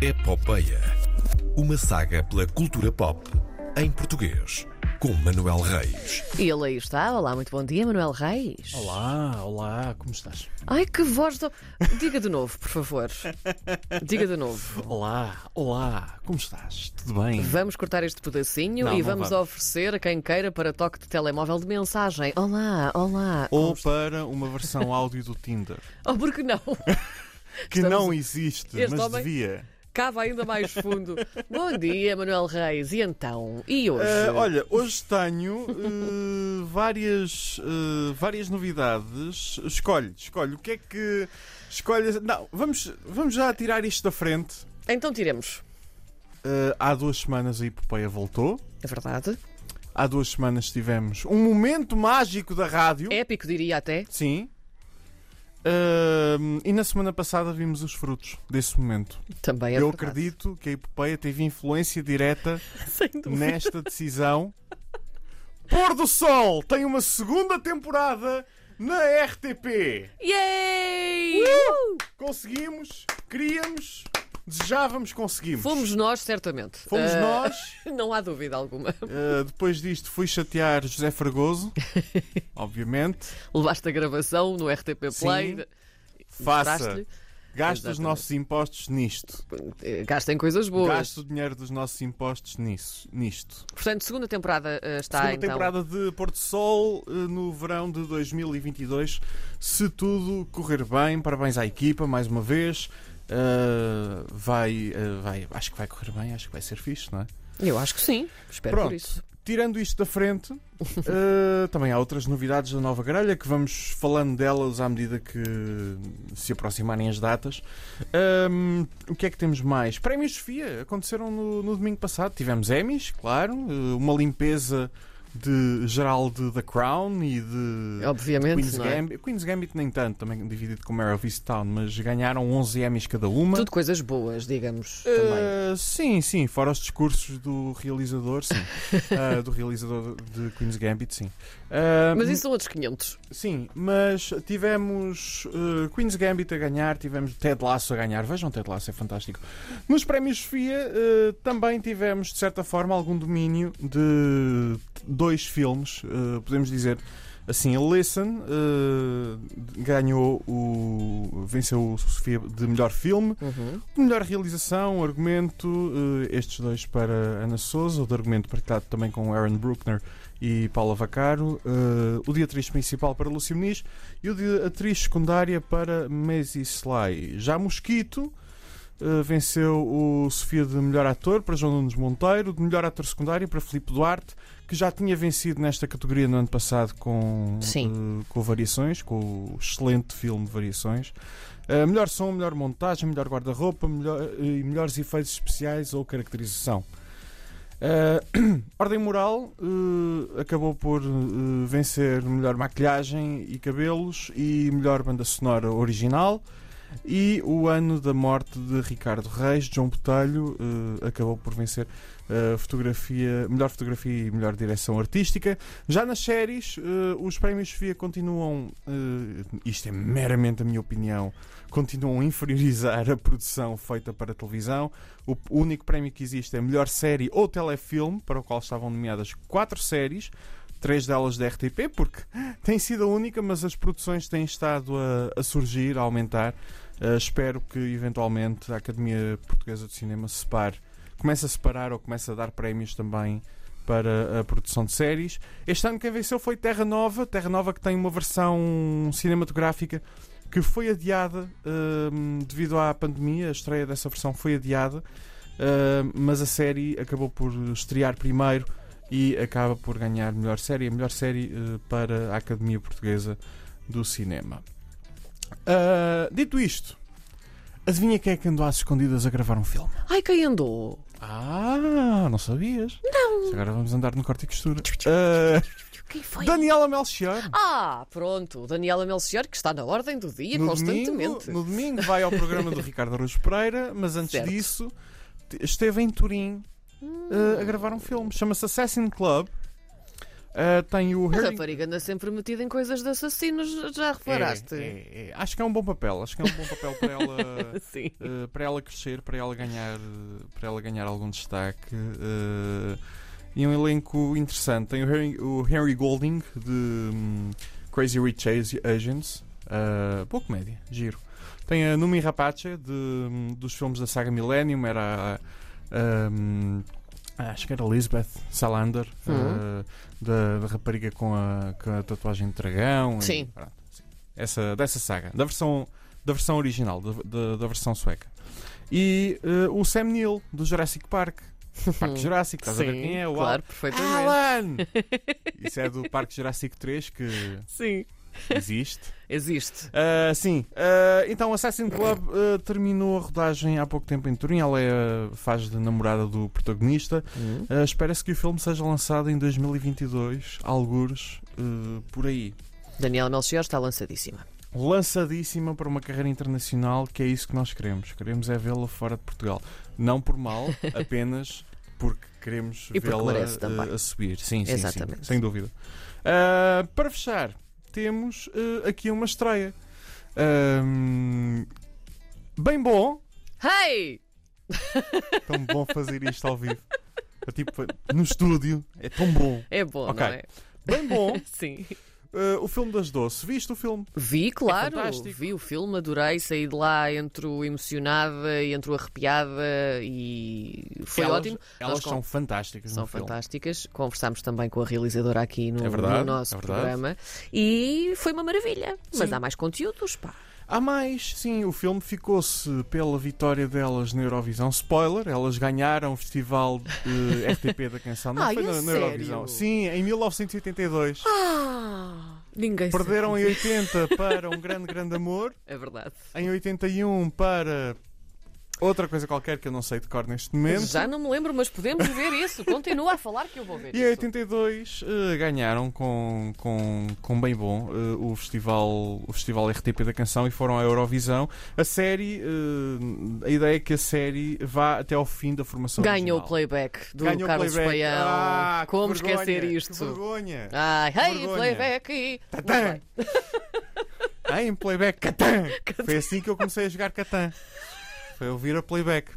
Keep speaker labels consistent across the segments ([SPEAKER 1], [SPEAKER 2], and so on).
[SPEAKER 1] Epopeia. Uma saga pela cultura pop em português, com Manuel Reis.
[SPEAKER 2] E ele aí está. Olá, muito bom dia, Manuel Reis.
[SPEAKER 3] Olá, olá, como estás?
[SPEAKER 2] Ai, que voz do. Diga de novo, por favor. Diga de novo.
[SPEAKER 3] Olá, olá, como estás? Tudo bem?
[SPEAKER 2] Vamos cortar este pedacinho
[SPEAKER 3] Não,
[SPEAKER 2] e
[SPEAKER 3] não
[SPEAKER 2] vamos,
[SPEAKER 3] vamos.
[SPEAKER 2] oferecer a quem queira para toque de telemóvel de mensagem. Olá, olá.
[SPEAKER 4] Ou para uma versão áudio do Tinder.
[SPEAKER 2] Oh, porque não?
[SPEAKER 4] Que
[SPEAKER 2] Estamos-
[SPEAKER 4] não existe,
[SPEAKER 2] Este
[SPEAKER 4] mas
[SPEAKER 2] homem-
[SPEAKER 4] devia.
[SPEAKER 2] Cava ainda mais fundo. bom dia, Manuel Reis. E então? E hoje?
[SPEAKER 3] é.
[SPEAKER 4] Ah, olha, hoje tenho eh, várias, eh, várias novidades. Escolhe, escolhe. O que é que. Escolhe. Não, vamos, vamos já tirar isto da frente.
[SPEAKER 2] Então tiremos.
[SPEAKER 4] Eh, há duas semanas a Hipopeia voltou.
[SPEAKER 2] É verdade.
[SPEAKER 4] Há duas semanas tivemos um momento mágico da rádio.
[SPEAKER 2] Épico, diria até.
[SPEAKER 4] Sim. Ah, e na semana passada vimos os frutos desse momento.
[SPEAKER 2] Também é
[SPEAKER 4] Eu
[SPEAKER 2] verdade.
[SPEAKER 4] acredito que a Hipopeia teve influência direta
[SPEAKER 2] Sem dúvida.
[SPEAKER 4] nesta decisão. Pôr do Sol tem uma segunda temporada na RTP.
[SPEAKER 2] Yay! Uh!
[SPEAKER 4] Conseguimos, queríamos, desejávamos, conseguimos.
[SPEAKER 2] Fomos nós, certamente.
[SPEAKER 4] Fomos
[SPEAKER 2] Ah,
[SPEAKER 4] nós.
[SPEAKER 2] Não há dúvida alguma.
[SPEAKER 4] Uh, depois disto fui chatear José Fragoso, obviamente.
[SPEAKER 2] Levaste a gravação no RTP Play.
[SPEAKER 4] Sim.
[SPEAKER 2] mostraste-lhe.
[SPEAKER 4] Faça. Gasta os
[SPEAKER 2] Exatamente.
[SPEAKER 4] nossos impostos nisto.
[SPEAKER 2] Eh, Gasta em coisas boas.
[SPEAKER 4] Gasta o dinheiro dos nossos impostos nisso, nisto.
[SPEAKER 2] Portanto, segunda temporada eh, está
[SPEAKER 4] Segunda
[SPEAKER 2] então.
[SPEAKER 4] temporada de Porto Sol eh, no verão de 2022. Se tudo correr bem, parabéns à equipa mais uma vez. Eh, vai, eh, vai, acho que vai correr bem, acho que vai ser fixe, não é?
[SPEAKER 2] Eu acho que sim. Espero por
[SPEAKER 4] Pronto.
[SPEAKER 2] isso.
[SPEAKER 4] Tirando isto da frente, eh, também há outras novidades da nova grelha que vamos falando delas à medida que se aproximarem as datas. Ahm, o que é que temos mais? Prémios Sofia aconteceram no, no domingo passado. Tivemos Emmys, claro, eh, uma limpeza de geral de The Crown e de
[SPEAKER 2] Obviamente.
[SPEAKER 4] Queen's
[SPEAKER 2] não é?
[SPEAKER 4] Gambit. Queen's Gambit nem tanto, também dividido com Mare of Easttown, mas ganharam 11 Emmys cada uma.
[SPEAKER 2] Tudo coisas boas, digamos. também.
[SPEAKER 4] Uh, sim, sim, fora os discursos do realizador, sim. Uh, do realizador de Queen's Gambit, sim. Uh,
[SPEAKER 2] Mas isso são outros 500.
[SPEAKER 4] Sim, mas tivemos uh, Queen's Gambit a ganhar, tivemos Ted Lasso a ganhar. Vejam, Ted Lasso é fantástico. Nos prémios Sofia uh, também tivemos, de certa forma, algum domínio de dois filmes, uh, podemos dizer. Assim, Listen uh, ganhou o. venceu o Sofia de melhor filme.
[SPEAKER 2] Uhum.
[SPEAKER 4] Melhor realização, argumento, eh, estes dois para Ana Souza, o de argumento partilhado também com Aaron Bruckner e Paula Vaccaro, eh, o de atriz principal para Lúcia Muniz e o de atriz secundária para Maisie Sly. Já Mosquito eh, venceu o Sofia de melhor ator para João Nunes Monteiro, de melhor ator secundário para Filipe Duarte, que já tinha vencido nesta categoria no ano passado com,
[SPEAKER 2] Sim.
[SPEAKER 4] eh, com Variações, com o excelente filme Variações. Uh, melhor som, melhor montagem, melhor guarda-roupa melhor- eh, e melhores efeitos especiais ou caracterização. Uh, Ordem Moral uh, acabou por uh, vencer melhor maquilhagem e cabelos e melhor banda sonora original. E o ano da morte de Ricardo Reis, João Botelho, uh, acabou por vencer uh, fotografia, melhor fotografia e melhor direção artística. Já nas séries, eh, os prémios Sofia continuam, eh, isto é meramente a minha opinião, continuam a inferiorizar a produção feita para televisão. O p- único prémio que existe é melhor série ou telefilme, para o qual estavam nomeadas quatro séries, três delas da RTP, porque tem sido a única, mas as produções têm estado a, a surgir, a aumentar. Eh, espero que eventualmente a Academia Portuguesa de Cinema separe, comece a separar ou comece a dar prémios também para a produção de séries. Este ano quem venceu foi Terra Nova, Terra Nova que tem uma versão cinematográfica que foi adiada hum, devido à pandemia, a estreia dessa versão foi adiada, hum, mas a série acabou por estrear primeiro e acaba por ganhar melhor série, a melhor série eh, para a Academia Portuguesa do Cinema. Ah, dito isto, adivinha quem é que andou às escondidas a gravar um filme?
[SPEAKER 2] Ai, quem andou?
[SPEAKER 4] Ah, não sabias? Não. Agora vamos andar no corte e costura. Ah,
[SPEAKER 2] Quem foi?
[SPEAKER 4] Daniela Melchior.
[SPEAKER 2] Ah, pronto. Daniela Melchior, que está na ordem do dia
[SPEAKER 4] no
[SPEAKER 2] constantemente.
[SPEAKER 4] Domingo, no domingo vai ao programa do Ricardo Araújo Pereira, mas antes
[SPEAKER 2] Certo. Hum.
[SPEAKER 4] disso te- esteve em Turim eh, a gravar um filme. Chama-se Assassin Club. Ah, tem o
[SPEAKER 2] Mas a
[SPEAKER 4] Harry.
[SPEAKER 2] rapariga anda sempre metida em coisas de assassinos, já reparaste?
[SPEAKER 4] É, é, é. Acho que é um bom papel. Acho que é um bom papel para ela.
[SPEAKER 2] Sim.
[SPEAKER 4] Uh, para ela crescer, para ela ganhar, uh, para ela ganhar algum destaque. uh, e um elenco interessante. Tem o Harry, o Henry Golding de hum, Crazy Rich Asi- Asians. Uh, boa comédia, giro. Tem a Numi Rapace de, hum, dos filmes da saga Millennium. Era a, hum, acho que era Elizabeth Salander,
[SPEAKER 2] Uhum.
[SPEAKER 4] uh, da, da rapariga com a, com a tatuagem de dragão. e
[SPEAKER 2] Sim.
[SPEAKER 4] pronto, sim. Essa, dessa saga, da versão da versão original, da, da- da versão sueca. E eh, o Sam Neill, do Jurassic Park. Parque Jurássico, estás a ver
[SPEAKER 2] Sim,
[SPEAKER 4] quem é? O
[SPEAKER 2] claro, perfeitamente.
[SPEAKER 4] Alan! Isso é do Parque Jurássico 3 que
[SPEAKER 2] Sim,
[SPEAKER 4] existe.
[SPEAKER 2] existe.
[SPEAKER 4] Ah, sim, Ah, então Assassin's Club ah, terminou a rodagem há pouco tempo em Turim. Ela é, ah, faz de namorada do protagonista. Ah, Espera-se que o filme seja lançado em 2022, algures ah, por aí.
[SPEAKER 2] Daniela Melchior está lançadíssima.
[SPEAKER 4] lançadíssima para uma carreira internacional, que é isso que nós queremos. Queremos é vê-la fora de Portugal. Não por mal, apenas porque queremos
[SPEAKER 2] E porque
[SPEAKER 4] vê-la
[SPEAKER 2] merece também.
[SPEAKER 4] eh, a subir. Sim, sim,
[SPEAKER 2] Exatamente.
[SPEAKER 4] sim, sem dúvida. Ah, para fechar, temos eh, aqui uma estreia. Ahm, bem bom.
[SPEAKER 2] Hey!
[SPEAKER 4] Tão bom fazer isto ao vivo. Tipo, no estúdio. É tão bom.
[SPEAKER 2] É bom,
[SPEAKER 4] Ok.
[SPEAKER 2] não é?
[SPEAKER 4] Bem bom.
[SPEAKER 2] Sim. É
[SPEAKER 4] eh, o filme das doce. Viste o filme?
[SPEAKER 2] Vi, claro,
[SPEAKER 4] fantástico.
[SPEAKER 2] vi o filme, adorei, saí de lá entre o emocionada e entre o arrepiada e foi
[SPEAKER 4] elas,
[SPEAKER 2] ótimo.
[SPEAKER 4] Elas
[SPEAKER 2] Nós com-
[SPEAKER 4] são fantásticas.
[SPEAKER 2] São
[SPEAKER 4] no filme.
[SPEAKER 2] fantásticas. Conversámos também com a realizadora aqui no,
[SPEAKER 4] É verdade,
[SPEAKER 2] no nosso
[SPEAKER 4] é verdade.
[SPEAKER 2] programa e foi uma maravilha. Mas
[SPEAKER 4] Sim.
[SPEAKER 2] há mais conteúdos, pá.
[SPEAKER 4] Há mais, sim, o filme ficou-se pela vitória delas na Eurovisão. Spoiler, elas ganharam o festival eh, RTP da canção. Não
[SPEAKER 2] Ai,
[SPEAKER 4] foi
[SPEAKER 2] a
[SPEAKER 4] na, na
[SPEAKER 2] sério?
[SPEAKER 4] Eurovisão. Sim, em 1982.
[SPEAKER 2] Ah, ninguém sabe.
[SPEAKER 4] Perderam em 80 para Um Grande Grande Amor,
[SPEAKER 2] É verdade.
[SPEAKER 4] em 81 para outra coisa qualquer que eu não sei de cor neste momento.
[SPEAKER 2] Já não me lembro, mas podemos ver isso. Continua a falar que é eu vou ver
[SPEAKER 4] E em
[SPEAKER 2] isso.
[SPEAKER 4] 82 eh, ganharam com, com, com bem bom eh, o, festival, o festival RTP da canção e foram à Eurovisão. A série, eh, a ideia é que a série vá até ao fim da formação
[SPEAKER 2] Ganhou o
[SPEAKER 4] original.
[SPEAKER 2] playback do
[SPEAKER 4] Ganhou o
[SPEAKER 2] Carlos
[SPEAKER 4] playback.
[SPEAKER 2] Paião.
[SPEAKER 4] Ah, que
[SPEAKER 2] Como
[SPEAKER 4] vergonha,
[SPEAKER 2] esquecer
[SPEAKER 4] Que
[SPEAKER 2] isto? Ah,
[SPEAKER 4] vergonha!
[SPEAKER 2] Ai, hey,
[SPEAKER 4] vergonha.
[SPEAKER 2] playback!
[SPEAKER 4] Catã! Ai, em playback, Catan! Foi assim que eu comecei a jogar Catan. Foi ouvir a playback.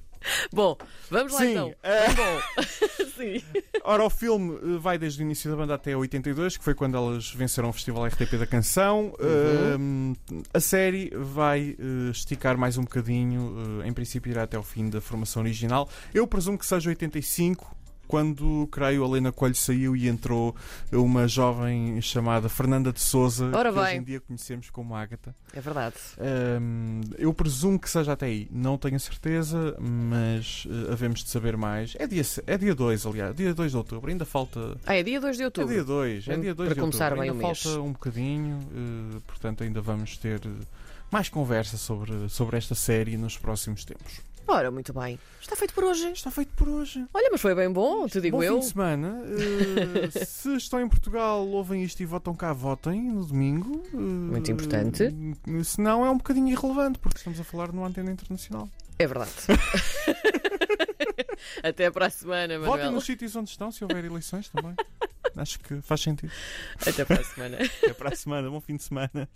[SPEAKER 2] Bom, vamos lá
[SPEAKER 4] Sim,
[SPEAKER 2] então.
[SPEAKER 4] eh,
[SPEAKER 2] Bom. Sim.
[SPEAKER 4] Ora, o filme eh, vai desde o início da banda até 82, que foi quando elas venceram o Festival RTP da Canção. Ahm, a série vai eh, esticar mais um bocadinho, eh, em princípio irá até ao fim da formação original. Eu presumo que seja 85, quando, creio, a Helena Coelho saiu e entrou uma jovem chamada Fernanda de Souza,
[SPEAKER 2] Ora
[SPEAKER 4] que
[SPEAKER 2] bem.
[SPEAKER 4] hoje em dia conhecemos como Ágata.
[SPEAKER 2] É verdade.
[SPEAKER 4] Ahm, eu presumo que seja até aí, não tenho a certeza, mas eh, havemos de saber mais. É dia, se- é dia 2, aliás, dia 2 de outubro, ainda falta.
[SPEAKER 2] Ah, é dia 2 de
[SPEAKER 4] É
[SPEAKER 2] outubro.
[SPEAKER 4] dia 2, é
[SPEAKER 2] Para
[SPEAKER 4] dia 2 de
[SPEAKER 2] começar
[SPEAKER 4] outubro.
[SPEAKER 2] bem
[SPEAKER 4] ainda
[SPEAKER 2] o mês.
[SPEAKER 4] falta um bocadinho, eh, portanto, ainda vamos ter eh, mais conversa sobre, sobre esta série nos próximos tempos.
[SPEAKER 2] Ora, muito bem. Está feito por hoje.
[SPEAKER 4] Está feito por hoje.
[SPEAKER 2] Olha, mas foi bem bom, te digo
[SPEAKER 4] Bom
[SPEAKER 2] eu.
[SPEAKER 4] fim de semana. Eh, se estão em Portugal, ouvem isto e votam cá, votem no domingo. Eh,
[SPEAKER 2] Muito importante.
[SPEAKER 4] Se não, é um bocadinho irrelevante, porque estamos a falar numa antena internacional.
[SPEAKER 2] É verdade. Até para a semana,
[SPEAKER 4] Votem
[SPEAKER 2] Manuel.
[SPEAKER 4] nos sítios onde estão, se houver eleições também. Acho que faz sentido.
[SPEAKER 2] Até para a semana.
[SPEAKER 4] Até para a semana, bom fim de semana.